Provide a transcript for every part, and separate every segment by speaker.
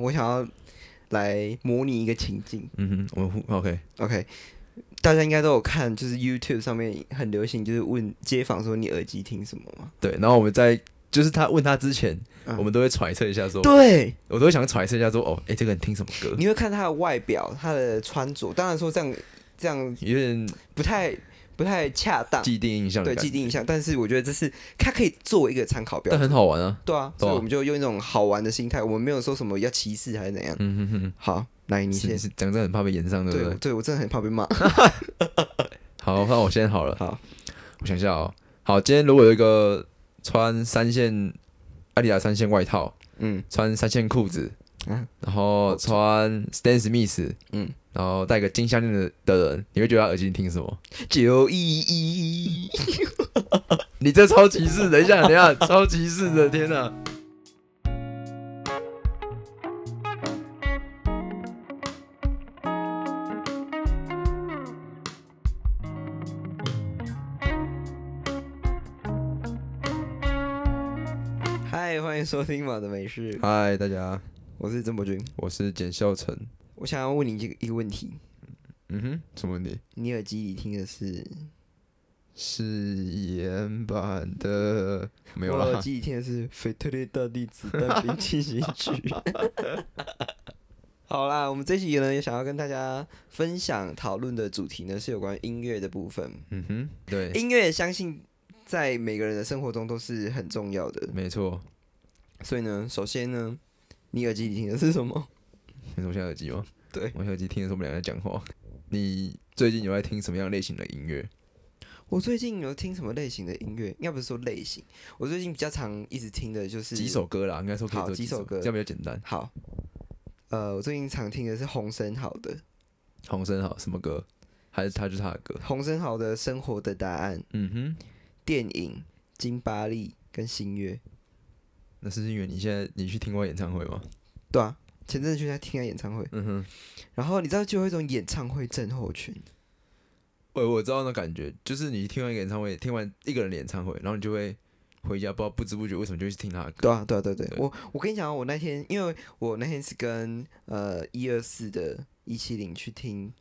Speaker 1: 我想要来模拟一个情境。
Speaker 2: 嗯哼，我们互 OK，
Speaker 1: OK，大家应该都有看，就是 YouTube 上面很流行，就是问街坊说你耳机听什么嘛？
Speaker 2: 对，然后我们在就是他问他之前，
Speaker 1: 嗯
Speaker 2: 我们都会揣测一下说，
Speaker 1: 对，
Speaker 2: 我都会想揣测一下说，哦，哎，这个人听什么歌？
Speaker 1: 你会看他的外表、他的穿着，当然说这样这样
Speaker 2: 有点
Speaker 1: 不太不太恰当，
Speaker 2: 既定印象的
Speaker 1: 对
Speaker 2: 感觉，
Speaker 1: 既定印象，但是我觉得这是它可以作为一个参考标
Speaker 2: 但
Speaker 1: 准。
Speaker 2: 很好玩啊。
Speaker 1: 对啊，
Speaker 2: 对
Speaker 1: 所
Speaker 2: 啊
Speaker 1: 以我们就用一种好玩的心态，我们没有说什么要歧视还是怎样。
Speaker 2: 嗯哼哼，
Speaker 1: 好，来你
Speaker 2: 是
Speaker 1: 先。
Speaker 2: 是讲真的很怕被延上，对不
Speaker 1: 对
Speaker 2: 对
Speaker 1: 我？对，我真的很怕被 骂。
Speaker 2: 好，那我先好了。
Speaker 1: 好，
Speaker 2: 我想一下哦。好，今天如果有一个穿三线阿迪达三线外套，
Speaker 1: 嗯
Speaker 2: 穿三线裤子，
Speaker 1: 啊
Speaker 2: 然后穿 Stan Smith，
Speaker 1: 嗯，
Speaker 2: 然后戴个金项链的的人，你会觉得他耳机听什么？
Speaker 1: 九一一，
Speaker 2: 你这超歧视！等一下，等一下，超歧视的，天哪！
Speaker 1: 嗨，欢迎收听《马的美事》，
Speaker 2: 嗨，大家，
Speaker 1: 我是曾博君。
Speaker 2: 我是简孝成。
Speaker 1: 我想要问你一个一个问题：
Speaker 2: 嗯哼，什么问题？
Speaker 1: 你耳机里听的是？
Speaker 2: 是岩版的，没有
Speaker 1: 我耳
Speaker 2: 啦。
Speaker 1: 机里听的是《腓特烈大地子弹兵进行曲》。 好啦，我们这集呢也想要跟大家分享讨论的主题呢是有关于音乐的部分。
Speaker 2: 嗯哼，对，
Speaker 1: 音乐相信在每个人的生活中都是很重要的，
Speaker 2: 没错。
Speaker 1: 所以呢，首先呢，你耳机里听的是什么？
Speaker 2: 你是我现在耳机吗？
Speaker 1: 对
Speaker 2: 我现在耳机听的是我们俩在讲话。你最近有在听什么样类型的音乐？
Speaker 1: 我最近有听什么类型的音乐？应该不是说类型，我最近比较常一直听的就是
Speaker 2: 几。首歌啦，应该说可以
Speaker 1: 好
Speaker 2: 做
Speaker 1: 几首
Speaker 2: 首
Speaker 1: 歌
Speaker 2: 这样比较简单。
Speaker 1: 好，呃，我最近常听的是洪森豪的
Speaker 2: 洪生好，什么歌？还是他就是他的歌？
Speaker 1: 洪森豪的《生活的答案》。
Speaker 2: 嗯哼，
Speaker 1: 电影、金巴利跟新月。
Speaker 2: 那是因为你现在你去听过演唱会吗？
Speaker 1: 对啊，前阵子去他听他演唱会，
Speaker 2: 嗯哼，
Speaker 1: 然后你知道就有一种演唱会症候群，
Speaker 2: 我我知道那感觉，就是你听完一个演唱会，听完一个人的演唱会，然后你就会回家，不知道不知不觉为什么就会去听他的歌。
Speaker 1: 对啊，对啊，对对，
Speaker 2: 对
Speaker 1: 我我跟你讲啊，我那天因为我那天是跟呃一二四的一七零去听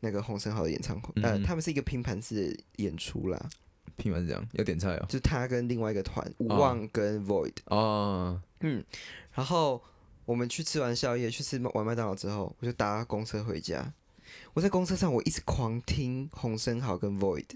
Speaker 1: 那个洪森豪的演唱会，呃，
Speaker 2: 嗯哼
Speaker 1: 他们是一个拼盘式的演出啦，
Speaker 2: 听完是这样，要点菜哦。
Speaker 1: 就他跟另外一个团无
Speaker 2: 啊
Speaker 1: 望跟 Void，、
Speaker 2: 哦，
Speaker 1: 嗯，然后我们去吃完宵夜，去吃完麦当劳之后，我就搭公车回家。我在公车上，我一直狂听洪生豪跟 Void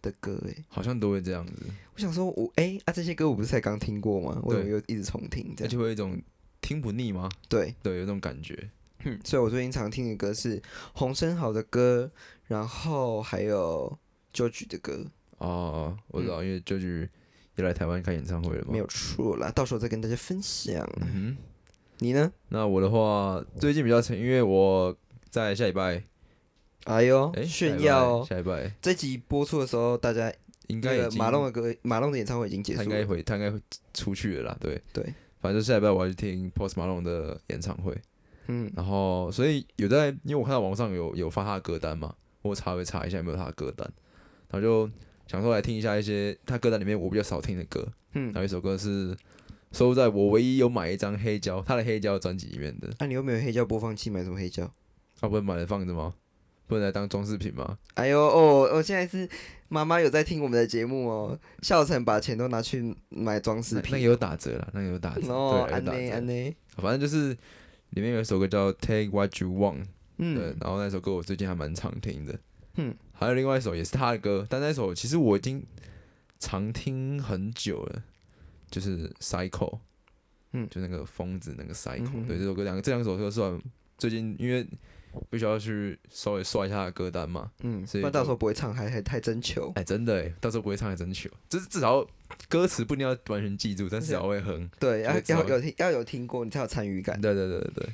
Speaker 1: 的歌，哎，
Speaker 2: 好像都会这样子，
Speaker 1: 我想说我，哎啊，这些歌我不是才刚听过吗？我怎么
Speaker 2: 对
Speaker 1: 又一直重听这
Speaker 2: 而
Speaker 1: 样？
Speaker 2: 且会有一种听不腻吗？
Speaker 1: 对，
Speaker 2: 对，有一种感觉。
Speaker 1: 嗯，所以我最近常听的歌是洪生豪的歌，然后还有 George 的歌，
Speaker 2: 哦，我知道，因为就是也来台湾开演唱会了嘛。
Speaker 1: 嗯没有错啦，到时候再跟大家分享。
Speaker 2: 嗯哼，
Speaker 1: 你呢？
Speaker 2: 那我的话最近比较沉，因为我在下礼拜，
Speaker 1: 哎呦，
Speaker 2: 哎、
Speaker 1: 炫耀哦！
Speaker 2: 下礼拜下礼拜
Speaker 1: 这集播出的时候，大家
Speaker 2: 应
Speaker 1: 那
Speaker 2: 该已
Speaker 1: 个
Speaker 2: 经
Speaker 1: 马龙的歌，马龙的演唱会已经结
Speaker 2: 他
Speaker 1: 束
Speaker 2: 应该
Speaker 1: 了。
Speaker 2: 回，他应该会出去了啦。对，
Speaker 1: 对，
Speaker 2: 反正下礼拜我要去听 Post Malone 的演唱会，
Speaker 1: 嗯，
Speaker 2: 然后所以有在，因为我看到网上有有发他的歌单嘛，我查会查一下有没有他的歌单，然后就想说来听一下一些他歌单里面我比较少听的歌，
Speaker 1: 嗯
Speaker 2: 然后有一首歌是收在我唯一有买一张黑胶他的黑胶专辑里面的，
Speaker 1: 那、啊你又没有黑胶播放器，买什么黑胶？
Speaker 2: 啊，不是买来放着吗？不能来当装饰品吗？
Speaker 1: 哎呦哦，我现在是妈妈有在听我们的节目哦，笑成把钱都拿去买装饰
Speaker 2: 那那个
Speaker 1: 品。
Speaker 2: 有打折啦，那个有打折，
Speaker 1: 啊哦，
Speaker 2: 对，有
Speaker 1: 安
Speaker 2: 打
Speaker 1: 内安
Speaker 2: 折。
Speaker 1: 内，
Speaker 2: 反正就是里面有一首歌叫《Take What You Want》，对
Speaker 1: 嗯，，
Speaker 2: 然后那首歌我最近还蛮常听的。
Speaker 1: 嗯，
Speaker 2: 还有另外一首也是他的歌，但那首其实我已经常听很久了，就是《Cycle》，
Speaker 1: 嗯
Speaker 2: 就那个疯子那个 Cycle、
Speaker 1: 嗯哼
Speaker 2: 对，这首歌两个这两首歌算最近因为必须要去稍微刷一下他的歌单嘛。
Speaker 1: 嗯，不
Speaker 2: 所以
Speaker 1: 然到
Speaker 2: 就
Speaker 1: 时候不会唱，还还太真求。
Speaker 2: 哎，真的哎，到时候不会唱还真糗，就是至少歌词不一定要完全记住，但至少会哼。
Speaker 1: 对，要
Speaker 2: 我知道
Speaker 1: 要有听，要有听过，你才有参与感
Speaker 2: 对。对对对对，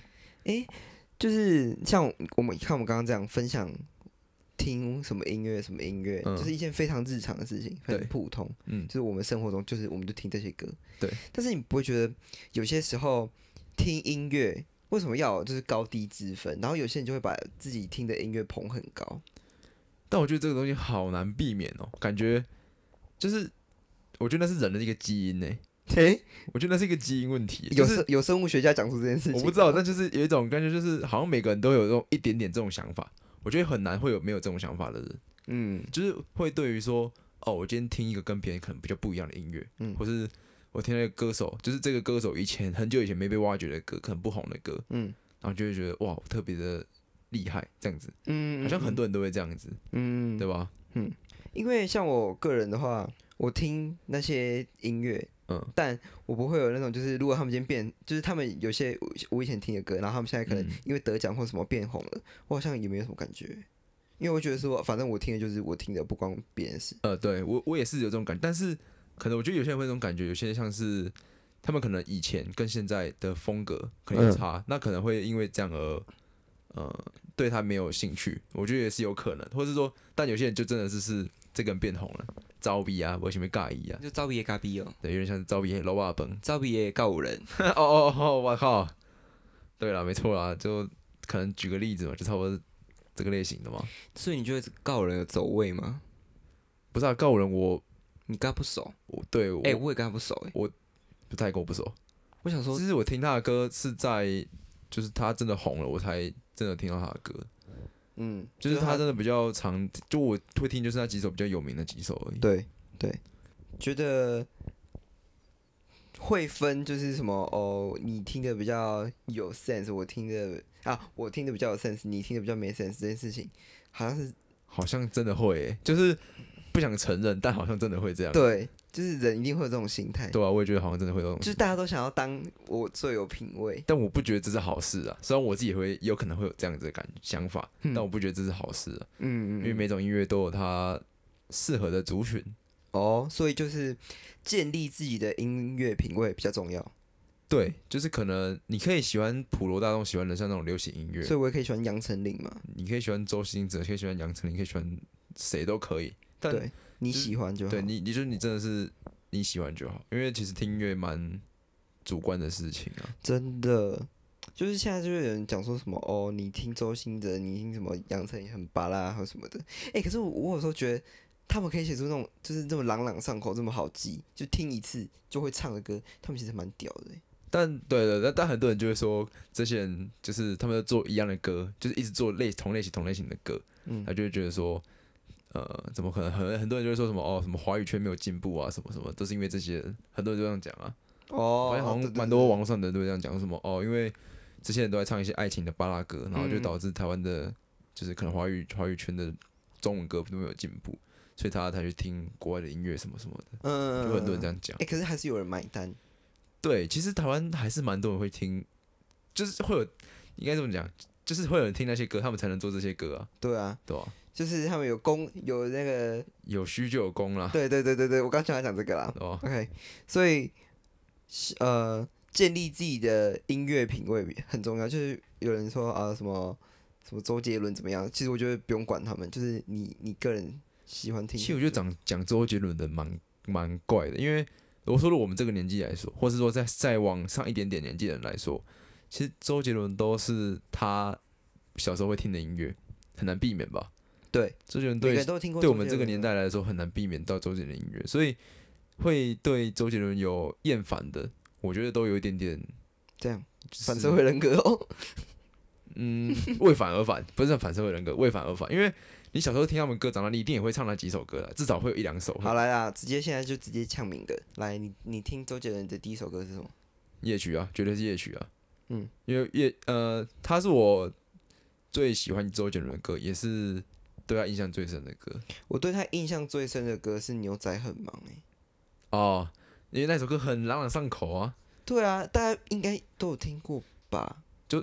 Speaker 1: 诶，就是像我们看我们刚刚这样分享，听什么音乐什么音乐，
Speaker 2: 嗯
Speaker 1: 就是一件非常日常的事情，很
Speaker 2: 对
Speaker 1: 普通。
Speaker 2: 嗯
Speaker 1: 就，是我们生活中，就是我们就听这些歌。
Speaker 2: 对，
Speaker 1: 但是你不会觉得有些时候听音乐为什么要有就是高低之分？然后有些人就会把自己听的音乐捧很 高。
Speaker 2: 但我觉得这个东西好难避免哦，感觉就是我觉得那是人的一个基因呢，
Speaker 1: 嘿、
Speaker 2: 我觉得那是一个基因问题，
Speaker 1: 有
Speaker 2: 就是
Speaker 1: 生有生物学家讲出这件事情，
Speaker 2: 我不知道，但就是有一种感觉，就是好像每个人都有这种一点点这种想法。我觉得很难会有没有这种想法的人，
Speaker 1: 嗯，
Speaker 2: 就是会对于说，哦，我今天听一个跟别人可能比较不一样的音乐，
Speaker 1: 嗯
Speaker 2: 或是我听那个歌手，就是这个歌手以前很久以前没被挖掘的歌，可能不红的歌，
Speaker 1: 嗯，
Speaker 2: 然后就会觉得哇，特别的厉害，这样子，
Speaker 1: 嗯，嗯，
Speaker 2: 好像很多人都会这样子，
Speaker 1: 嗯，嗯
Speaker 2: 对吧？
Speaker 1: 因为像我个人的话，我听那些音乐，
Speaker 2: 嗯，
Speaker 1: 但我不会有那种就是如果他们今天变，就是他们有些我我以前听的歌，然后他们现在可能
Speaker 2: 嗯
Speaker 1: 因为得奖或什么变红了，我好像也没有什么感觉，因为我觉得说反正我听的就是我听的，不关别人事。
Speaker 2: 呃，对我我也是有这种感觉，但是可能我觉得有些人会有这种感觉，有些像是他们可能以前跟现在的风格可能有
Speaker 1: 嗯
Speaker 2: 差，那可能会因为这样而呃对他没有兴趣，我觉得也是有可能，或是说，但有些人就真的是是这个人变红了，招逼啊，我前面尬意啊，
Speaker 3: 就招比也嘎逼哦，
Speaker 2: 对，有点像是招逼老瓦本，
Speaker 3: 招比也告五人，
Speaker 2: 哦哦哦，我靠，对了，没错啦，就可能举个例子嘛，就差不多是这个类型的嘛，
Speaker 3: 所以你觉得告五人有走位吗？
Speaker 2: 不是啊，告五人我
Speaker 3: 你跟他不熟？
Speaker 2: 我对我、
Speaker 3: 哎、我也跟他不熟哎、
Speaker 2: 不太跟我不熟。
Speaker 3: 我想说
Speaker 2: 其实我听他的歌是在，就是他真的红了，我才真的听到他的歌。
Speaker 1: 嗯，
Speaker 2: 就是他真的比较常，就我会听就是那几首比较有名的几首而已。
Speaker 1: 对对，觉得会分就是什么哦，你听的比较有 sense，我听的啊，我听的比较有 sense，你听的比较没 sense 这件事情，好像是
Speaker 2: 好像真的会、欸，就是不想承认，但好像真的会这样。
Speaker 1: 对，就是人一定会有这种心态，
Speaker 2: 对啊，我也觉得好像真的会有这
Speaker 1: 就
Speaker 2: 种，
Speaker 1: 是大家都想要当我最有品味，
Speaker 2: 但我不觉得这是好事啊。虽然我自己也会有可能会有这样子的感想法，
Speaker 1: 嗯
Speaker 2: 但我不觉得这是好事啊，
Speaker 1: 嗯，嗯
Speaker 2: 因为
Speaker 1: 嗯
Speaker 2: 每种音乐都有它适合的族群。
Speaker 1: 哦，所以就是建立自己的音乐品味比较重要，
Speaker 2: 对，就是可能你可以喜欢普罗大众喜欢的像那种流行音乐，
Speaker 1: 所以我也可以喜欢杨丞琳嘛，
Speaker 2: 你可以喜欢周兴哲，可以喜欢杨丞琳，可以喜欢谁都可以。但
Speaker 1: 对，你
Speaker 2: 就是
Speaker 1: 喜欢就好，
Speaker 2: 对你，你就是你真的是你喜欢就好，因为其实听音乐蛮主观的事情啊。
Speaker 1: 真的，就是现在就有人讲说什么哦，你听周兴哲，你听什么杨丞琳很巴拉或什么的。哎、可是我我有时候觉得他们可以写出那种就是这么朗朗上口、这么好记，就听一次就会唱的歌，他们其实蛮屌的、欸。
Speaker 2: 但对的，但但很多人就会说，这些人就是他们在做一样的歌，就是一直做类同类型同类型的歌，
Speaker 1: 嗯
Speaker 2: 他就会觉得说，呃，怎么可能？很很多人就会说什么哦，什么华语圈没有进步啊，什么什么，都是因为这些人，很多人都这样讲啊。我
Speaker 1: 哦
Speaker 2: 发现，好像蛮多网络上的人都会这样讲，说什么哦，因为这些人都在唱一些爱情的巴拉歌，然后就
Speaker 1: 嗯
Speaker 2: 导致台湾的，就是可能华语华语圈的中文歌都没有进步，所以他才去听国外的音乐什么什么的，
Speaker 1: 嗯，
Speaker 2: 就很多人这
Speaker 1: 样。
Speaker 2: 样讲
Speaker 1: 哎、。可是还是有人买单。
Speaker 2: 对，其实台湾还是蛮多人会听，就是会有应该这么讲，就是会有人听那些歌，他们才能做这些歌啊，
Speaker 1: 对啊，
Speaker 2: 对吧、
Speaker 1: 就是他们有功有那个，
Speaker 2: 有虚就有功啦，
Speaker 1: 对对对对对，我刚想要讲这个啦。
Speaker 2: 对吧、
Speaker 1: OK，所以是呃，建立自己的音乐品味很重要。就是有人说啊、什么什么周杰伦怎么样，其实我觉得不用管他们，就是你你个人喜欢听。
Speaker 2: 其实我觉得讲讲周杰伦的蛮蛮怪的，因为我说了我们这个年纪来说，或是说再再往上一点点年纪的人来说，其实周杰伦都是他小时候会听的音乐，很难避免吧？
Speaker 1: 对，
Speaker 2: 周杰伦
Speaker 1: 每个
Speaker 2: 对
Speaker 1: 人都听过。
Speaker 2: 对我们这个年，代来说很难避免到周杰伦的音乐，所以会对周杰伦有厌烦的，我觉得都有一点点、
Speaker 1: 这样
Speaker 2: 就是
Speaker 1: 反社会人格 哦。
Speaker 2: 嗯，为反而反， 不是反社会人格，为反而反，因为你小时候听他们歌，长大你一定也会唱那几首歌的，至少会有一两首。
Speaker 1: 好，来啦，直接现在就直接呛名歌。来，你你听周杰伦的第一首歌是什么？
Speaker 2: 夜曲啊，绝对是夜曲啊。
Speaker 1: 嗯，
Speaker 2: 因为夜呃，他是我最喜欢周杰伦的歌，也是对他印象最深的歌
Speaker 1: 我对他印象最深的歌是《牛仔很忙》哎。
Speaker 2: 哦，因为那首歌很朗朗上口啊。
Speaker 1: 对啊，大家应该都有听过吧？
Speaker 2: 就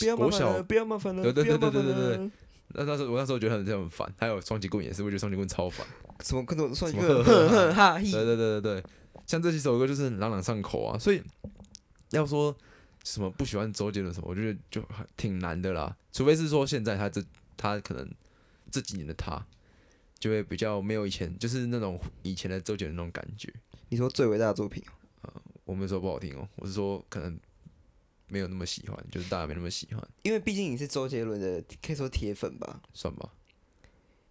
Speaker 1: 不要麻
Speaker 2: 国
Speaker 1: 烦
Speaker 2: 小
Speaker 1: 了，不要麻烦了，
Speaker 2: 对对
Speaker 1: 不要
Speaker 2: 对
Speaker 1: 麻
Speaker 2: 对
Speaker 1: 烦
Speaker 2: 对对对
Speaker 1: 了
Speaker 2: 那那时候我那时候觉得很这样很烦，还有双截棍也是，我觉得双截棍超烦。
Speaker 1: 什么各种算一
Speaker 2: 什么
Speaker 1: 个
Speaker 2: 呵呵
Speaker 1: 呵呵哈嘿
Speaker 2: 对对对对对，像这几首歌就是很朗朗上口啊，所以要说什么不喜欢周杰伦什么，我觉得就很挺难的啦。除非是说现在他这他可能这几年的他就会比较没有以前就是那种以前的周杰伦那种感觉。
Speaker 1: 你说最伟大的作品，
Speaker 2: 我没有说不好听哦，我是说可能没有那么喜欢，就是大家没那么喜欢，
Speaker 1: 因为毕竟你是周杰伦的，可以说铁粉吧？
Speaker 2: 算吧。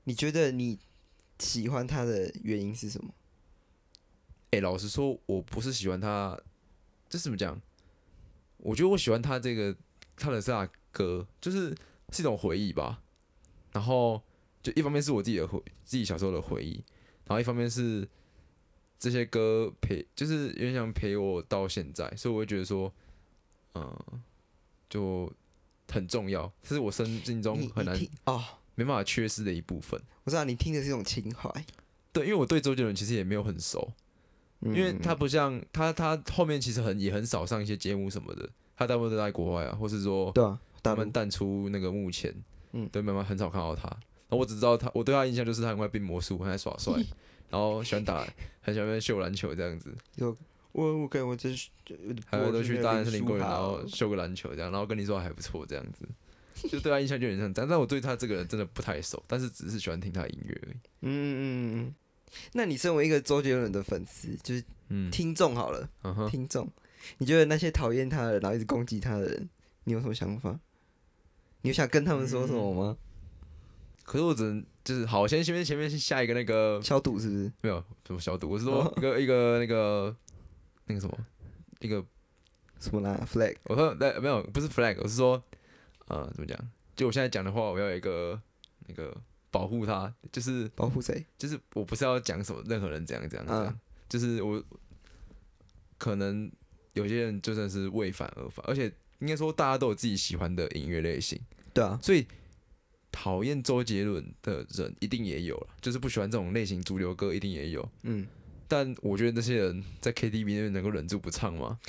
Speaker 1: 你觉得你喜欢他的原因是什么？
Speaker 2: 哎、老实说，我不是喜欢他，这是怎么讲？我觉得我喜欢他这个他的这首歌，就是是一种回忆吧。然后就一方面是我自己的回自己小时候的回忆，然后一方面是这些歌陪，就是有点想陪我到现在，所以我会觉得说，嗯、就很重要，这是我生命中
Speaker 1: 你
Speaker 2: 很
Speaker 1: 你
Speaker 2: 难
Speaker 1: 听哦，
Speaker 2: 没办法缺失的一部分。
Speaker 1: 我知道你听的是一种情怀，
Speaker 2: 对，因为我对周杰伦其实也没有很熟，
Speaker 1: 因
Speaker 2: 因为他不像他，他后面其实很也很少上一些节目什么的，他大部分都在国外啊，或是说
Speaker 1: 对啊，
Speaker 2: 他
Speaker 1: 大
Speaker 2: 们
Speaker 1: 陆
Speaker 2: 淡出那个幕前，
Speaker 1: 嗯
Speaker 2: 对，慢慢很少看到他。然后我只知道他，我对他印象就是他很会变魔术，很爱耍帅，然后喜欢打，很喜欢秀篮球这样子，
Speaker 1: 就我我感觉我真是，
Speaker 2: 还有都去大安森林公园，然
Speaker 1: 好
Speaker 2: 后秀个篮球这样，然后跟你说还不错这样子，就对他印象就有点像这样。但我对他这个人真的不太熟，但是只是喜欢听他的音乐而已。
Speaker 1: 嗯嗯嗯嗯。那你身为一个周杰伦的粉丝，就是
Speaker 2: 嗯，
Speaker 1: 听众好了，
Speaker 2: 嗯哼，
Speaker 1: 听众，你觉得那些讨厌他的人，然后一直攻击他的人，你有什么想法？你有想跟他们说什么吗？
Speaker 2: 可是我只能就是好，先前面前面先下一个那个
Speaker 1: 消毒是不是？
Speaker 2: 没有什么消毒，我是说一个一个那个那个什么一个，
Speaker 1: 什么啦？flag
Speaker 2: 我说那没有不是 flag，我是说呃怎么讲？就我现在讲的话，我要有一个那个保护他，就是
Speaker 1: 保护谁？
Speaker 2: 就是我不是要讲什么任何人怎样怎样怎样，
Speaker 1: 嗯
Speaker 2: 就是我可能有些人就真的是为反而反，而且应该说大家都有自己喜欢的音乐类型。
Speaker 1: 对啊，
Speaker 2: 所以讨厌周杰伦的人一定也有了，就是不喜欢这种类型主流歌一定也有。
Speaker 1: 嗯，
Speaker 2: 但我觉得那些人在 KTV 那边能够忍住不唱吗？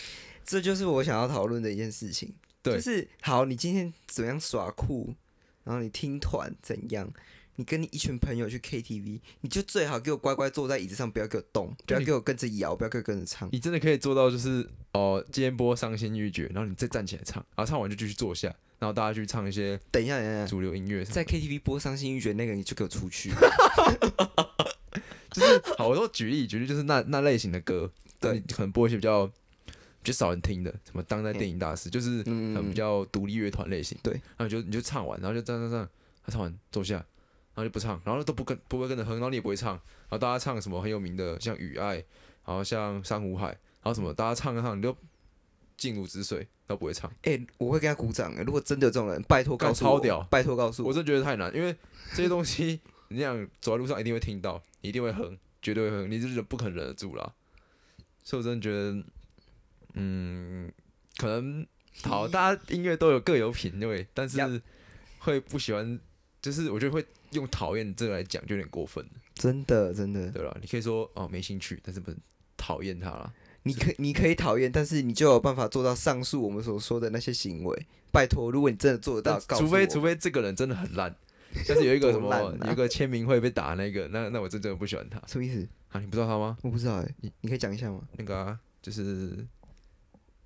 Speaker 1: 这就是我想要讨论的一件事情。
Speaker 2: 对
Speaker 1: 就是好，你今天怎么样耍酷，然后你听团怎样，你跟你一群朋友去 KTV，你就最好给我乖乖坐在椅子上，不要给我动，不要给我跟着摇，不要给我跟着唱。
Speaker 2: 你真的可以做到就是哦，今天播《伤心欲绝》，然后你再站起来唱，然后唱完就继续坐下，然后大家去唱一些
Speaker 1: 等一下，等一下，
Speaker 2: 主流音乐什么的。
Speaker 1: 在 KTV 播《伤心欲绝》那个，你就给我出 去。
Speaker 2: 好，我说举例举例，就是那那类型的歌，
Speaker 1: 对
Speaker 2: 你可能播一些比较比较少人听的，什么当代电影大师，就是
Speaker 1: 嗯嗯
Speaker 2: 很比较独立乐团类型。
Speaker 1: 对，
Speaker 2: 然后你就你就唱完，然后就唱唱唱，他唱完坐下，然后就不唱，然后都不跟不会跟着哼，然后你也不会唱，然后大家唱什么很有名的，像《雨爱》，然后像《珊瑚海》，然后什
Speaker 1: 嗯
Speaker 2: 么大家唱一唱，你就静如止水，都不会唱。
Speaker 1: 哎、我会跟他鼓掌、欸。如果真的有这种人，拜托告诉
Speaker 2: 干超
Speaker 1: 我，
Speaker 2: 屌
Speaker 1: 拜托告诉
Speaker 2: 我
Speaker 1: 我。
Speaker 2: 真的觉得太难，因为这些东西 你想走在路上一定会听到，你一定会哼，绝对会哼，你就是不可能忍得住啦。所以我真的觉得，嗯，可能好，大家音乐都有各有品味，但是
Speaker 1: Yup
Speaker 2: 会不喜欢，就是我觉得会用讨厌这个来讲就有点过分了，
Speaker 1: 真的，真的，
Speaker 2: 对吧？你可以说哦没兴趣，但是不能讨厌他啦。
Speaker 1: 你可你可以讨厌，但是你就有办法做到上述我们所说的那些行为。拜托，如果你真的做得到
Speaker 2: 但，
Speaker 1: 告诉
Speaker 2: 除非
Speaker 1: 我
Speaker 2: 除非这个人真的很烂，但是有一个什
Speaker 1: 多
Speaker 2: 么、
Speaker 1: 烂啊
Speaker 2: 有一个签名会被打那个，那那我真的不喜欢他
Speaker 1: 什么意思？
Speaker 2: 啊！你不知道他吗？
Speaker 1: 我不知道哎、你你可以讲一下吗？
Speaker 2: 那个啊，就是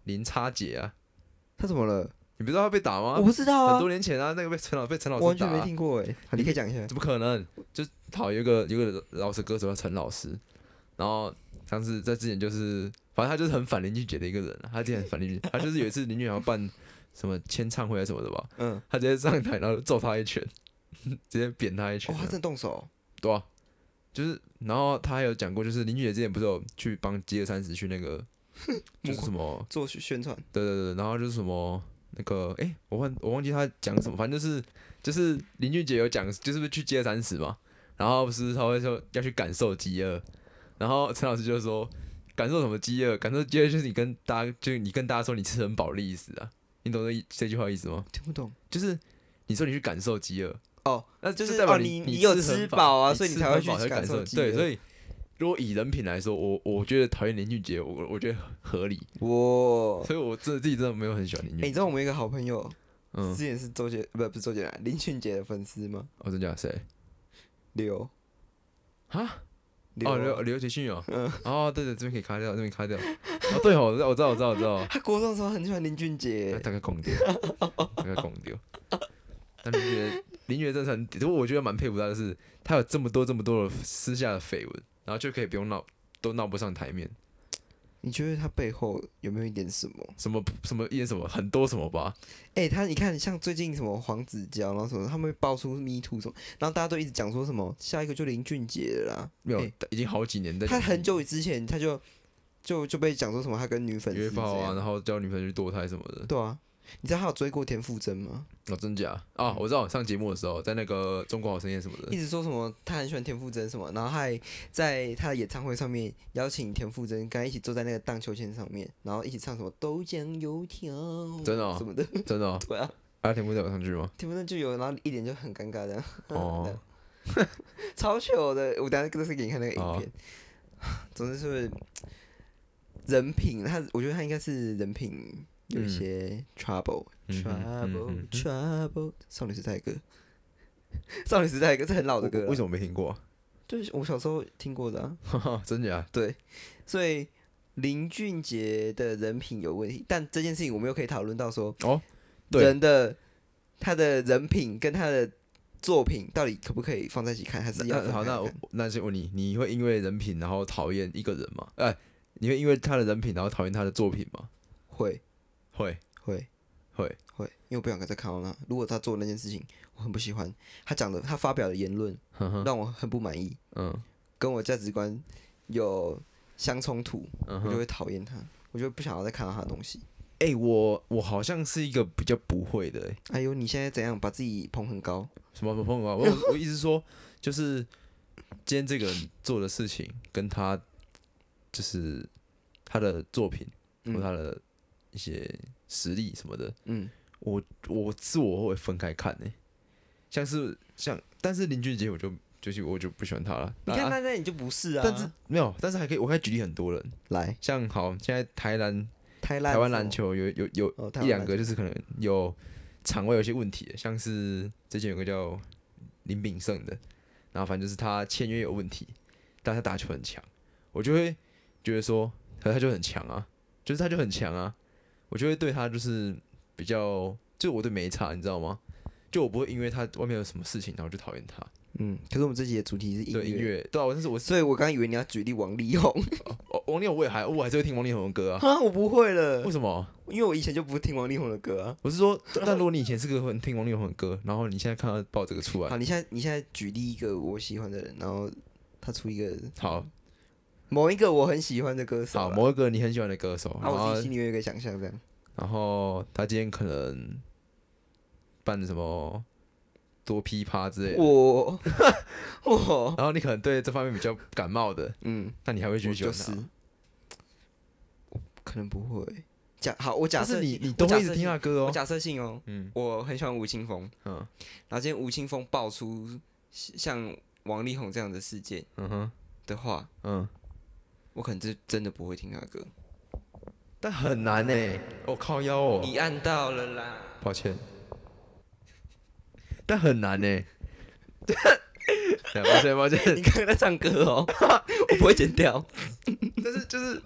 Speaker 2: 林差姐啊，
Speaker 1: 他怎么了？
Speaker 2: 你不知道她被打吗
Speaker 1: 我？不知道啊
Speaker 2: 很多，年前啊，那个被陈老被陈老
Speaker 1: 我完
Speaker 2: 师
Speaker 1: 全
Speaker 2: 打啊、
Speaker 1: 没听过哎、好你可以讲一下。
Speaker 2: 怎么可能？就好有一个有一个老师歌手叫陈老师，然后上次在之前就是，反正他就是很反林俊杰的一个人啊、他之前很反林俊，他就是有一次林俊杰要办什么签唱会还是什么的吧，
Speaker 1: 嗯，
Speaker 2: 他直接上台然后揍他一拳， 直接扁他一
Speaker 1: 哇、
Speaker 2: 拳
Speaker 1: 哦，他
Speaker 2: 这样，
Speaker 1: 真的动手，
Speaker 2: 对啊，就是然后他还有讲过，就是林俊杰之前不是有去帮饥饿三十去 那个就是什么
Speaker 1: 做宣宣传，
Speaker 2: 对对对，然后就是什么那个，哎、我忘我忘记他讲什么，反正就是就是林俊杰有讲，就是不是去接三十嘛，然后不是他会说要去感受饥饿，然后陈老师就说感受什么饥饿，感受饥饿就是你跟大家就是你跟大家说你吃很饱的意思啊，你懂这这句话的意思吗？
Speaker 1: 听不懂
Speaker 2: 就是你说你去感受饥饿，
Speaker 1: 哦，
Speaker 2: 那就是代表
Speaker 1: 哦你
Speaker 2: 你、你
Speaker 1: 你有
Speaker 2: 很
Speaker 1: 吃饱啊所以
Speaker 2: 你
Speaker 1: 你
Speaker 2: 吃
Speaker 1: 才会
Speaker 2: 很
Speaker 1: 去
Speaker 2: 饱会
Speaker 1: 感
Speaker 2: 感
Speaker 1: 受
Speaker 2: 受
Speaker 1: 饥
Speaker 2: 对，
Speaker 1: 饿
Speaker 2: 所以如果以人品来说，我我觉得讨厌林俊杰，我我觉得合理，
Speaker 1: 我。
Speaker 2: 所以我真的自己真的没有很喜欢林
Speaker 1: 哎、
Speaker 2: 俊
Speaker 1: 你
Speaker 2: 杰，
Speaker 1: 知道我们有一个好朋友，
Speaker 2: 嗯
Speaker 1: 之，前是周杰，不不是周杰伦，林俊杰的粉丝吗？
Speaker 2: 哦，真假谁？
Speaker 1: 刘
Speaker 2: 啊？
Speaker 1: 刘
Speaker 2: 哦，刘刘杰勋哦，
Speaker 1: 嗯
Speaker 2: 哦，对对，这边可以卡掉，这边卡掉。哦，对哦，我知道，我知道，我知道，我知道。
Speaker 1: 他国中的时候很喜欢林俊杰
Speaker 2: 哎，大概拱丢，大概拱丢。但林觉林觉真的是很，不过我觉得蛮佩服他的是，他有这么多这么多的私下的绯闻，然后就可以不用闹，都闹不上台面。
Speaker 1: 你觉得他背后有没有一点什么？
Speaker 2: 什么什么一点什么很多什么吧，
Speaker 1: 哎、他你看，像最近什么黄子佼，然后什么，他们会爆出 Me Too 什么，然后大家都一直讲说什么下一个就林俊杰了啦。
Speaker 2: 没有，
Speaker 1: 哎
Speaker 2: 已经好几年在
Speaker 1: 他
Speaker 2: 讲
Speaker 1: 很久之前他就就就被讲说什么他跟女粉丝
Speaker 2: 约
Speaker 1: 怎
Speaker 2: 炮啊，
Speaker 1: 样，
Speaker 2: 然后叫女朋友去堕胎什么的，
Speaker 1: 对啊，你知道他有追过田馥甄吗？
Speaker 2: 哦，真假啊？我知道上节目的时候，在那个中国好声音什么
Speaker 1: 一
Speaker 2: 的，
Speaker 1: 直说什么他很喜欢田馥甄什么，然后还在他的演唱会上面邀请田馥甄跟他一起坐在那个荡秋千上面，然后一起唱什么豆浆油条，
Speaker 2: 真的哦
Speaker 1: 什么的，
Speaker 2: 真的、哦，
Speaker 1: 对啊，
Speaker 2: 阿田不是有上去吗？
Speaker 1: 田馥甄就有，然后一脸就很尴尬这样，
Speaker 2: 哦，
Speaker 1: 超糗的，我等下就是给你看那个影片，
Speaker 2: 哦
Speaker 1: 总之是人品，他我觉得他应该是人品有一些 trouble，trouble，trouble，、
Speaker 2: 嗯哼嗯哼
Speaker 1: trouble 少女时代的歌， 少女时代的歌这很老的歌
Speaker 2: 我
Speaker 1: 了，
Speaker 2: 为什么没 听过、
Speaker 1: 就是我小时候听过的、啊。
Speaker 2: 啊？真假？
Speaker 1: 对，所以林俊杰的人品有问题，但这件事情我们又可以讨论到说，
Speaker 2: 哦，对
Speaker 1: 人的他的人品跟他的作品到底可不可以放在一起看，还是要
Speaker 2: 那呃
Speaker 1: 分
Speaker 2: 好，
Speaker 1: 开
Speaker 2: 那我
Speaker 1: 看
Speaker 2: 那先问你，你会因为人品然后讨厌一个人吗？哎、你会因为他的人品然后讨厌他的作品吗？
Speaker 1: 会
Speaker 2: 会
Speaker 1: 会
Speaker 2: 会，
Speaker 1: 会，因为我不想再看到他。如果他做那件事情，我很不喜欢他讲的，他发表的言论
Speaker 2: 呵呵，
Speaker 1: 让我很不满意，
Speaker 2: 嗯
Speaker 1: 跟我价值观有相冲突，
Speaker 2: 嗯
Speaker 1: 我就
Speaker 2: 哼，
Speaker 1: 会讨厌他，我就不想要再看到他的东西。
Speaker 2: 哎、我我好像是一个比较不会的、哎
Speaker 1: 哎呦，你现在怎样把自己捧很高？
Speaker 2: 什么什么朋友啊？我我我意思是说，就是今天这个人做的事情跟他就是他的作品或
Speaker 1: 嗯
Speaker 2: 他的一些实力什么的，
Speaker 1: 嗯，
Speaker 2: 我我自我会分开看呢、欸像是像，但是林俊杰我就就是我就不喜欢他了。
Speaker 1: 你看
Speaker 2: 啊
Speaker 1: 那那你就不是啊。
Speaker 2: 但是没有，但是还可以，我可以举例很多人，
Speaker 1: 来，
Speaker 2: 像好，现在台篮
Speaker 1: 台
Speaker 2: 台湾
Speaker 1: 是
Speaker 2: 篮
Speaker 1: 吗
Speaker 2: 球有有有
Speaker 1: 哦台湾
Speaker 2: 一两
Speaker 1: 篮
Speaker 2: 个就是可能有场外有些问题的，像是之前有个叫林炳胜的，然后反正就是他签约有问题，但他打球很强，我就会觉得说，可是他就很强啊，就是他就很强啊，我就会对他就是比较，就我对没差，你知道吗？就我不会因为他外面有什么事情，然后就讨厌他。
Speaker 1: 嗯，可是我们这集的主题是音
Speaker 2: 对音
Speaker 1: 乐，
Speaker 2: 乐，对啊，我但是我是
Speaker 1: 所以我刚以为你要举例王力宏
Speaker 2: 哦王力宏，我也还我还是会听王力宏的歌啊。
Speaker 1: 啊，我不会了
Speaker 2: 为，什么？
Speaker 1: 因为我以前就不听王力宏的歌啊。
Speaker 2: 我是说，但如果你以前是个很听王力宏的歌，然后你现在看到爆这个出 来
Speaker 1: 好，，你现在你现在举例一个我喜欢的人，然后他出一个
Speaker 2: 好
Speaker 1: 某一个我很喜欢的歌手
Speaker 2: 好
Speaker 1: 啦，
Speaker 2: 某一个你很喜欢的歌手，
Speaker 1: 啊，
Speaker 2: 然
Speaker 1: 我自己
Speaker 2: 后
Speaker 1: 心里面有一个想象这样。
Speaker 2: 然后他今天可能办什么多批趴之类的，
Speaker 1: 我 我
Speaker 2: 然后你可能对这方面比较感冒的，
Speaker 1: 嗯，
Speaker 2: 那你还会啊继
Speaker 1: 我
Speaker 2: 续喜
Speaker 1: 就
Speaker 2: 欢
Speaker 1: 是
Speaker 2: 他？，
Speaker 1: 我可能不会。假好，我假
Speaker 2: 但
Speaker 1: 设
Speaker 2: 是你
Speaker 1: 性
Speaker 2: 你都
Speaker 1: 我假
Speaker 2: 会一直
Speaker 1: 设
Speaker 2: 听
Speaker 1: 性
Speaker 2: 他的歌
Speaker 1: 我
Speaker 2: 哦，
Speaker 1: 假设性哦，
Speaker 2: 嗯
Speaker 1: 我很喜欢吴青峰，
Speaker 2: 嗯
Speaker 1: 然后今天吴青峰爆出像王力宏这样的事件
Speaker 2: 嗯哼
Speaker 1: 的话，
Speaker 2: 嗯，
Speaker 1: 我可能就真的不会听他的歌。
Speaker 2: 但很难呢，我靠腰哦，
Speaker 1: 你按到了 啦，
Speaker 2: 抱歉，但很 难呢，抱歉抱歉，
Speaker 1: 你刚刚在唱歌哦， 我不会剪掉。
Speaker 2: 但是就是，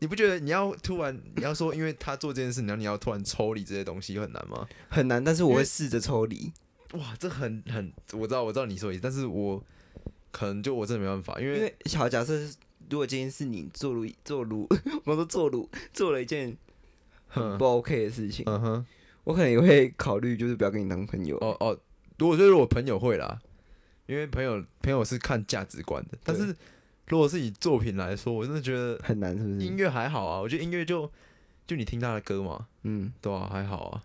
Speaker 2: 你不觉得你要突然你要说，因为他做这件事，然后你要突然抽离这些东西很难吗？
Speaker 1: 很难，但是我会试着抽离。
Speaker 2: 哇，这很很，我知道我知道你说的意思，但是我可能就我真的没办法，因
Speaker 1: 因
Speaker 2: 为
Speaker 1: 为好，假设如果今天是你做了做如， 我说做如做了一件很
Speaker 2: 哼
Speaker 1: 不 OK 的事情，
Speaker 2: 嗯哼，
Speaker 1: 我可能也会考虑就是不要跟你当朋友。
Speaker 2: 哦哦，如果就是我朋友会啦，因为朋友朋友是看价值观的，但是如果是以作品来说，我真的觉得
Speaker 1: 很难是不
Speaker 2: 音
Speaker 1: 是？
Speaker 2: 乐还好啊，我觉得音乐就就你听他的歌嘛，
Speaker 1: 嗯，
Speaker 2: 对啊，还好啊。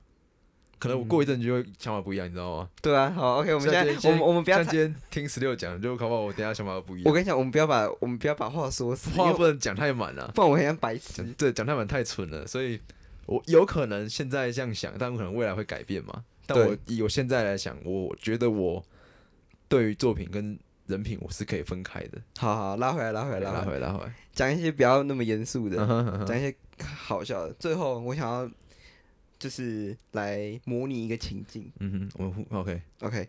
Speaker 2: 可能我过一阵就会想法不一样，你知道吗？
Speaker 1: 对啊，好，OK，我们现
Speaker 2: 像今
Speaker 1: 在
Speaker 2: 天
Speaker 1: 我们我们不要
Speaker 2: 像，今天听十六讲，就搞不好我等一下想法不一样。
Speaker 1: 我跟你讲，我们不要把我们不要把话说死，因
Speaker 2: 话
Speaker 1: 为
Speaker 2: 不能讲太满啊了、
Speaker 1: 不然我很像白痴
Speaker 2: 讲。对，讲太满太蠢了，所以我有可能现在这样想，但我可能未来会改变嘛。但
Speaker 1: 对
Speaker 2: 我以我现在来想，我觉得我对于作品跟人品我是可以分开的，
Speaker 1: 好好，拉回来，拉回来，拉回
Speaker 2: 拉
Speaker 1: 来，
Speaker 2: 回拉回。
Speaker 1: 讲一些不要那么严肃的。
Speaker 2: 嗯哼嗯哼
Speaker 1: 讲一些好笑的。最后，我想要就是来模拟一个情境。
Speaker 2: 嗯哼，我们互 OK，
Speaker 1: OK，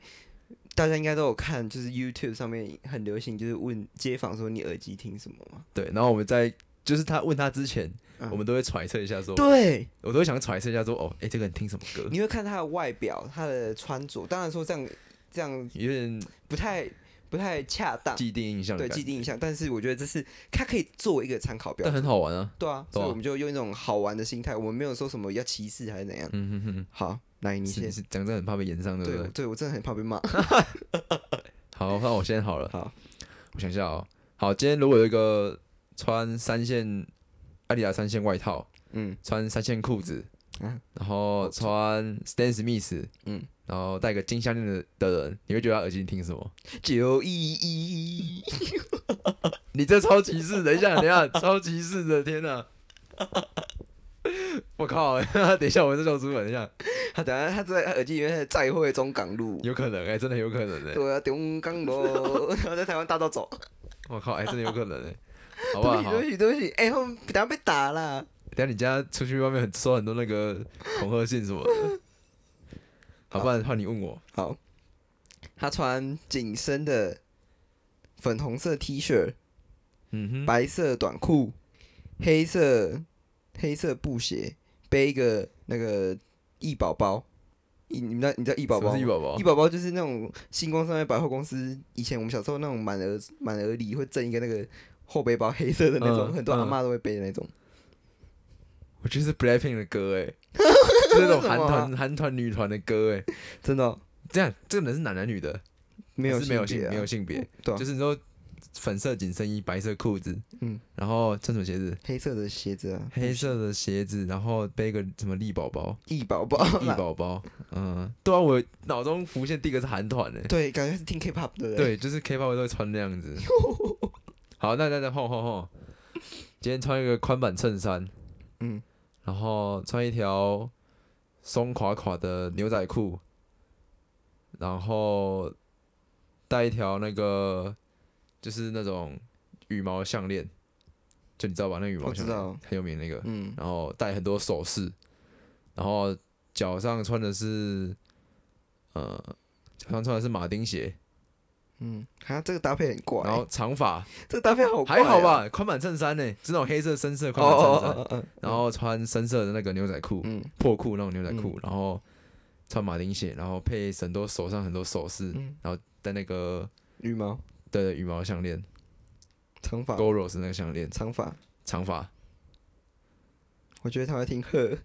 Speaker 1: 大家应该都有看，就是 YouTube 上面很流行，就是问街坊说你耳机听什么吗？
Speaker 2: 对。然后我们在就是他问他之前，
Speaker 1: 嗯
Speaker 2: 我们都会揣测一下说，
Speaker 1: 对，
Speaker 2: 我都会想揣测一下说，哦，哎、这个人听什么歌？
Speaker 1: 你会看他的外表、他的穿着。当然说这样这样
Speaker 2: 有点
Speaker 1: 不太不太恰当，
Speaker 2: 既定印象的
Speaker 1: 对
Speaker 2: 感
Speaker 1: 既
Speaker 2: 觉，
Speaker 1: 定印象。但是我觉得这是它可以作为一个参考标
Speaker 2: 但
Speaker 1: 准，
Speaker 2: 很好玩啊。
Speaker 1: 对啊，
Speaker 2: 对
Speaker 1: 所以
Speaker 2: 啊
Speaker 1: 我们就用一种好玩的心态，我们没有说什么要歧视还是怎样。
Speaker 2: 嗯哼哼，
Speaker 1: 好，来你
Speaker 2: 你是
Speaker 1: 先
Speaker 2: 你，是嗯讲真的很怕被延上，对不
Speaker 1: 对
Speaker 2: 对
Speaker 1: 我？对我真的很怕被骂。
Speaker 2: 好，那我先好了。
Speaker 1: 好，
Speaker 2: 我想一下哦。好，今天如果有一个穿三线阿迪达三线外套，
Speaker 1: 嗯，
Speaker 2: 穿三线裤子，
Speaker 1: 啊
Speaker 2: 然后穿 Stan Smith，
Speaker 1: 嗯，
Speaker 2: 然后戴个金项链的的人，你会觉得他耳机里听什么？
Speaker 1: 九一一，
Speaker 2: 你这超歧视！等一下，等一下，超歧视的，天哪！ 我靠！ 等一下，我这叫出来，等一下，
Speaker 1: 他等下他在他耳机里面再会中港路，
Speaker 2: 有可能哎、真的有可能哎、
Speaker 1: 对啊，中港路， 然后在台湾大道走。
Speaker 2: 我靠，哎、真的有可能哎、好不
Speaker 1: 对不
Speaker 2: 好？
Speaker 1: 起，
Speaker 2: 好
Speaker 1: 对不起，对不起，哎，他们等下被打啦。
Speaker 2: 等一下你家出去外面很收很多那个恐吓信什么的，好，不然换你问我，
Speaker 1: 好，他穿紧身的粉红色 T 恤，
Speaker 2: 嗯哼，
Speaker 1: 白色短裤，黑色黑色布鞋，背一个那个易宝宝。易，你知道你知道易宝
Speaker 2: 什么
Speaker 1: 宝？
Speaker 2: 是玉宝宝
Speaker 1: 易，宝宝就是那种星光三月百货公司以前我们小时候那种满额满额礼会赠一个那个后背包黑色的那种，
Speaker 2: 嗯
Speaker 1: 很多阿
Speaker 2: 嗯
Speaker 1: 嬷都会背的那种。
Speaker 2: 我觉得是 Blackpink 的 歌哎、是那种
Speaker 1: 为什
Speaker 2: 韩
Speaker 1: 么啊
Speaker 2: 团韩团女团的歌哎、
Speaker 1: 真的哦、
Speaker 2: 这样这个人是男男女的，
Speaker 1: 没有
Speaker 2: 还是没有
Speaker 1: 性别
Speaker 2: 性
Speaker 1: 啊
Speaker 2: 没有性别，
Speaker 1: 对啊
Speaker 2: 就是你说粉色紧身衣、白色裤子，
Speaker 1: 嗯，
Speaker 2: 然后穿什么鞋子？
Speaker 1: 黑色的鞋子啊，
Speaker 2: 黑色的鞋子，然后背个什么力 宝宝、
Speaker 1: 易宝啊宝
Speaker 2: 力
Speaker 1: 啦，
Speaker 2: 宝宝，嗯，对啊，我脑中浮现第一个是韩团哎，
Speaker 1: 对，感觉是听 K-pop 的。
Speaker 2: 对，就是 K-pop 都会穿那样 子。好，那那那晃晃晃，今天穿一个宽版衬衫，
Speaker 1: 嗯，
Speaker 2: 然后穿一条松垮垮的牛仔裤，然后戴一条那个就是那种羽毛项链，就你知道吧？那羽毛
Speaker 1: 我知
Speaker 2: 项链
Speaker 1: 道
Speaker 2: 很有名那个，
Speaker 1: 嗯，
Speaker 2: 然后戴很多首饰，然后脚上穿的是呃，脚上穿的是马丁鞋，
Speaker 1: 嗯，啊，这个搭配很怪，
Speaker 2: 然后长发，
Speaker 1: 这个搭配好怪、啊
Speaker 2: 还好？吧，宽版衬衫呢、欸是那种黑色深色
Speaker 1: 哦
Speaker 2: 的宽版衬衫，
Speaker 1: 哦哦哦，
Speaker 2: 然后穿深色的那个牛仔裤，
Speaker 1: 嗯
Speaker 2: 破裤那种牛仔裤，然后穿马丁鞋，然后配很多手上很多首饰，
Speaker 1: 嗯，
Speaker 2: 戴那个
Speaker 1: 羽毛
Speaker 2: 的羽毛项链
Speaker 1: 长发
Speaker 2: g o r o s 那个项链，
Speaker 1: 长发，
Speaker 2: 长发。
Speaker 1: 我觉得他会听鹤，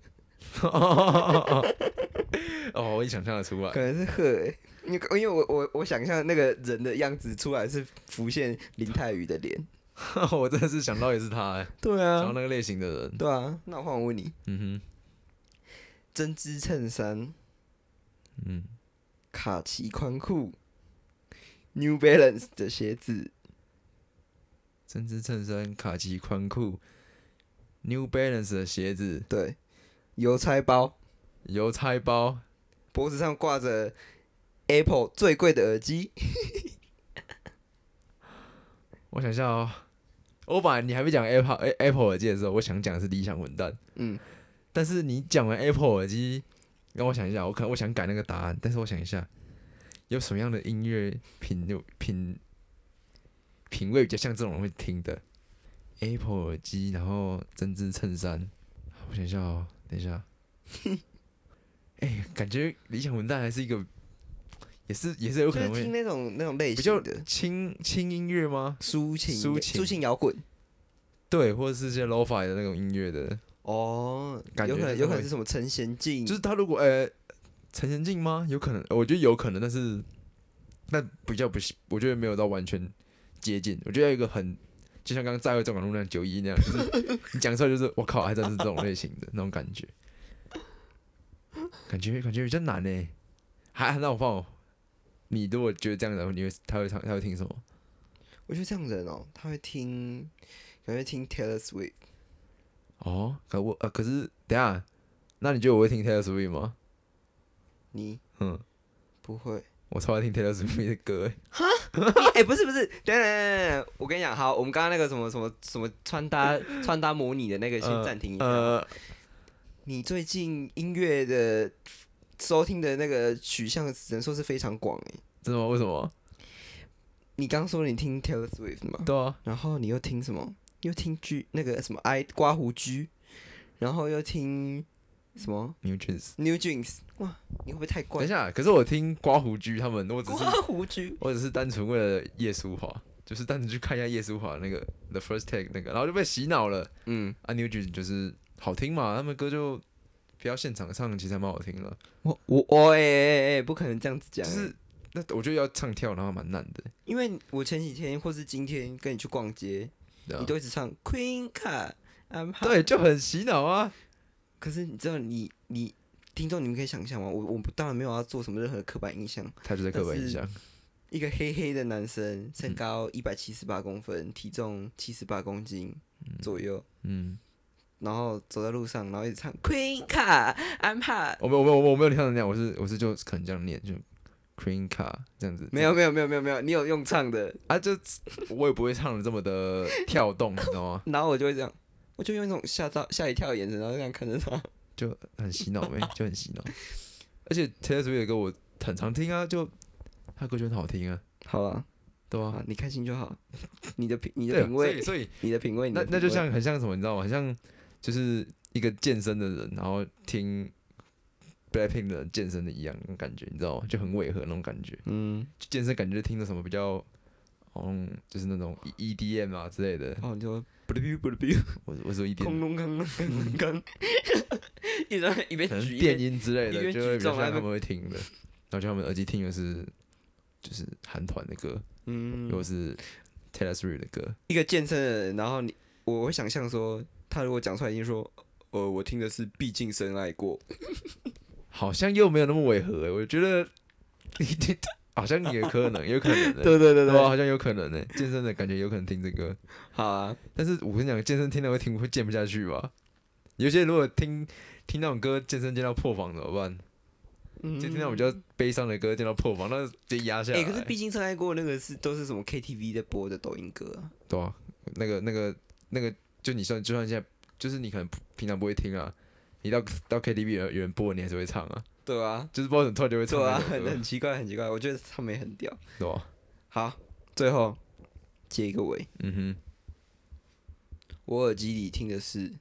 Speaker 2: 哦，我也想象得出来
Speaker 1: 可。能是鹤、欸，因为因为我我我想象那个人的样子出来是浮现林泰宇的脸，
Speaker 2: 我真的是想到也是他、欸，
Speaker 1: 对
Speaker 2: 想到
Speaker 1: 啊，
Speaker 2: 那个类型的人。
Speaker 1: 对啊，那我换我问你，
Speaker 2: 嗯
Speaker 1: 针织衬衫，
Speaker 2: 哼，嗯，
Speaker 1: 卡其宽裤，New Balance 的鞋子，
Speaker 2: 针织衬衫、卡其宽裤、New Balance 的鞋子、
Speaker 1: 对，邮差包，
Speaker 2: 邮差包、
Speaker 1: 脖子上挂着 Apple 最贵的耳机。
Speaker 2: 我想一下哦，我本来你还没讲 Apple A- Apple 耳机的时候，我想讲的是理想混蛋，
Speaker 1: 嗯，
Speaker 2: 但是你讲完 Apple 耳机，让我想一下，我可能我想改那个答案，但是我想一下，有什么样的音乐品有品品味比较像这种人会听的？Apple 耳机，然后针织衬衫，我想一下哦，等 一下，哎、感觉理想混蛋还是一个，也是也是有可能
Speaker 1: 就是听
Speaker 2: 会
Speaker 1: 那种那种类
Speaker 2: 比较
Speaker 1: 型的
Speaker 2: 轻轻音乐吗？
Speaker 1: 抒情
Speaker 2: 抒
Speaker 1: 的
Speaker 2: 情
Speaker 1: 抒情摇滚
Speaker 2: 对，或者是一些 lo-fi 的那种音乐的，
Speaker 1: 哦，
Speaker 2: 感
Speaker 1: 有
Speaker 2: 觉
Speaker 1: 可
Speaker 2: 就
Speaker 1: 能
Speaker 2: 是
Speaker 1: 有可能
Speaker 2: 会
Speaker 1: 是什么陈贤进，
Speaker 2: 就是他如果呃陈贤进吗？有可能，呃我觉得有可能，但是那比较不是，我觉得没有到完全接近。我觉得有一个很就像刚刚在会中港路那样九一那样，就是 你讲出来就是我靠，还真的是这种类型的那种感觉，感觉感觉比较难呢。还那我放我，你如果觉得这样的，你会他会唱他会听什么？
Speaker 1: 我觉得这样的人哦，他会听，感觉听 Taylor Swift，
Speaker 2: 哦，可我呃可是等一下，那你觉得我会听 Taylor Swift 吗？
Speaker 1: 你
Speaker 2: 嗯，
Speaker 1: 不会？
Speaker 2: 我超爱听 Taylor Swift 的歌欸。
Speaker 1: 哎，不是不是，等等等等，等我跟你讲，好，我们刚刚那个什么什么什么穿 搭穿搭模拟的那个先
Speaker 2: 呃
Speaker 1: 暂停一下。
Speaker 2: 呃，
Speaker 1: 你最近音乐的收听的那个取向，只能说是非常广哎。
Speaker 2: 真的吗？为什么？
Speaker 1: 你刚说你听 Taylor Swift 吗？
Speaker 2: 对啊，
Speaker 1: 然后你又听什么？又听 G 那个什么 I 刮胡 G，然后又听什么
Speaker 2: 牛 jeans，
Speaker 1: New Jeans，哇，你会不会太
Speaker 2: 等
Speaker 1: 怪
Speaker 2: 一？下，可是我听刮胡居他们，我只是
Speaker 1: 刮胡须，
Speaker 2: 我只是单纯为了叶舒华，就是单纯去看一下叶舒华那个 The First Take 那个，然后就被洗脑了。
Speaker 3: 嗯，
Speaker 2: 啊，New Jeans 就是好听嘛，他们歌就不要现场唱，其实还蛮好听的。
Speaker 1: 我我我哎哎哎，不可能这样子讲
Speaker 2: 就
Speaker 1: 欸，
Speaker 2: 是那我觉得要唱跳，然后蛮难的。
Speaker 1: 因为我前几天或是今天跟你去逛街，
Speaker 2: 对啊
Speaker 1: 你都一直唱 Queen Card I'm Hot，
Speaker 2: 对，就很洗脑啊。
Speaker 1: 可是你知道你你听众你们可以想象吗？我我当然没有要做什么任何刻板印象，
Speaker 2: 他就在刻板印象，
Speaker 1: 一个黑黑的男生，身高一百七十八公分，体重七十八公斤左右，
Speaker 2: 嗯，
Speaker 1: 然后走在路上，然后一直唱 Queen Card I'm Hot，
Speaker 2: 我没有，我没有，我没有你唱的那样，我是我是就可能这样念，就 Queen Car 这样子。
Speaker 1: 没有没有没有没有没有，你有用唱的，
Speaker 2: 啊，就我也不会唱的这么的跳动，你知道吗？
Speaker 1: 然后我就会这样，我就用一种吓到吓一跳的眼神，然后这样看着他。
Speaker 2: 就很洗脑呗，就很洗脑。而且 Taylor Swift 的歌我很常听啊，就他歌就很好听啊，
Speaker 1: 好了，
Speaker 2: 对吧、
Speaker 1: 好，你开心就好，你的品啊你
Speaker 2: 对
Speaker 1: 的
Speaker 2: 啊，
Speaker 1: 品
Speaker 2: 所以
Speaker 1: 味，
Speaker 2: 所以
Speaker 1: 你的品味，你的
Speaker 2: 那
Speaker 1: 品
Speaker 2: 那就
Speaker 1: 味
Speaker 2: 像很像什么，你知道吗？很像就是一个健身的人，然后听 Blackpink 的人健身的一样那种感觉，你知道吗？就很违和那种感觉。
Speaker 1: 嗯，
Speaker 2: 就健身感觉就听着什么比较，嗯，就是那种 EDM 啊之类的。
Speaker 1: 哦，你说不噜不噜不噜，
Speaker 2: 我我说 E
Speaker 1: 空
Speaker 2: EDM，
Speaker 1: 隆空隆空隆空，嗯 一直一边
Speaker 2: 可能
Speaker 1: 举一
Speaker 2: 电
Speaker 1: 边
Speaker 2: 音之类
Speaker 1: 一
Speaker 2: 的，
Speaker 1: 边
Speaker 2: 就
Speaker 1: 举
Speaker 2: 会比较
Speaker 1: 重还
Speaker 2: 像他
Speaker 1: 会
Speaker 2: 们会听的。然后就他们耳机听的是就是韩团的歌，
Speaker 1: 嗯，
Speaker 2: 又是 Taylor Swift 的歌，
Speaker 1: 一个健身的人，然后你我会想象说，他如果讲出来，一定说，呃，我听的是《毕竟深爱过》，
Speaker 2: 好像又没有那么违和欸、我觉得 好像也可能，有可能、欸，
Speaker 1: 对对
Speaker 2: 对吧？好像有可能呢、健身的感觉有可能听这个，
Speaker 1: 好啊，
Speaker 2: 但是我跟你讲，健身听了会听会健不下去吧？有些如果听听那种歌，健身健到破防怎么办？
Speaker 1: 嗯
Speaker 2: 就听到比较悲伤的歌，听到破防，那直接压下来。
Speaker 1: 哎，可是《毕竟深爱过》那个是都是什么 KTV 在播的抖音歌啊，
Speaker 2: 对啊，那个那个那个，就你算就算现在，就是你可能不平常不会听啊，你到到 KTV 有人有人播，你还是会唱啊，
Speaker 1: 对啊，
Speaker 2: 就是不知道怎么突 然就会唱
Speaker 1: 对啊，
Speaker 2: 那
Speaker 1: 很
Speaker 2: 首歌
Speaker 1: 很奇怪，很奇怪，我觉得他们也很屌。
Speaker 2: 对吧？
Speaker 1: 好，最后结一个尾，
Speaker 2: 嗯
Speaker 1: 我耳机里听的是，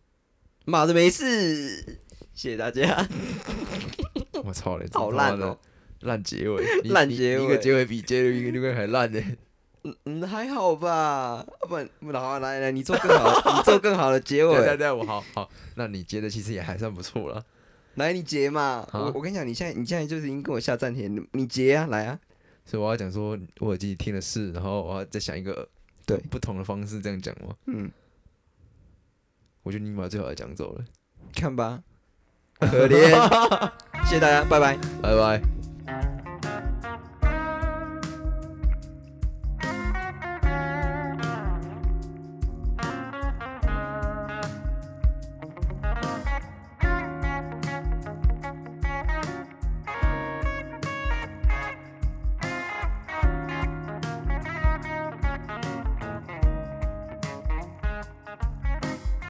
Speaker 1: 妈的没事，谢谢大家。
Speaker 2: 哼，我操嘞，这
Speaker 1: 好
Speaker 2: 他妈
Speaker 1: 烂
Speaker 2: 的
Speaker 1: 哦
Speaker 2: 烂 结尾，你
Speaker 1: 烂
Speaker 2: 你你
Speaker 1: 结
Speaker 2: 一
Speaker 1: 尾
Speaker 2: 个结尾比结尾一个六个还烂呢。
Speaker 1: 嗯嗯，还好吧，要不然不然好啊来来，你做更 好，你做更好的结
Speaker 2: 对对
Speaker 1: 尾，
Speaker 2: 对，我好好，那你接的其实也还算不错了。
Speaker 1: 来你结嘛。
Speaker 2: 好
Speaker 1: 我我跟你讲，你现在你现在就是已经跟我下暂停，你你结啊，来啊。
Speaker 2: 所以我要讲说，我耳机里听的是，然后我要再想一个
Speaker 1: 对
Speaker 2: 不同的方式这样讲吗？
Speaker 1: 嗯，
Speaker 2: 我觉得你把最好的讲走了，
Speaker 1: 看吧，可怜，谢谢大家，拜拜。
Speaker 2: 拜拜。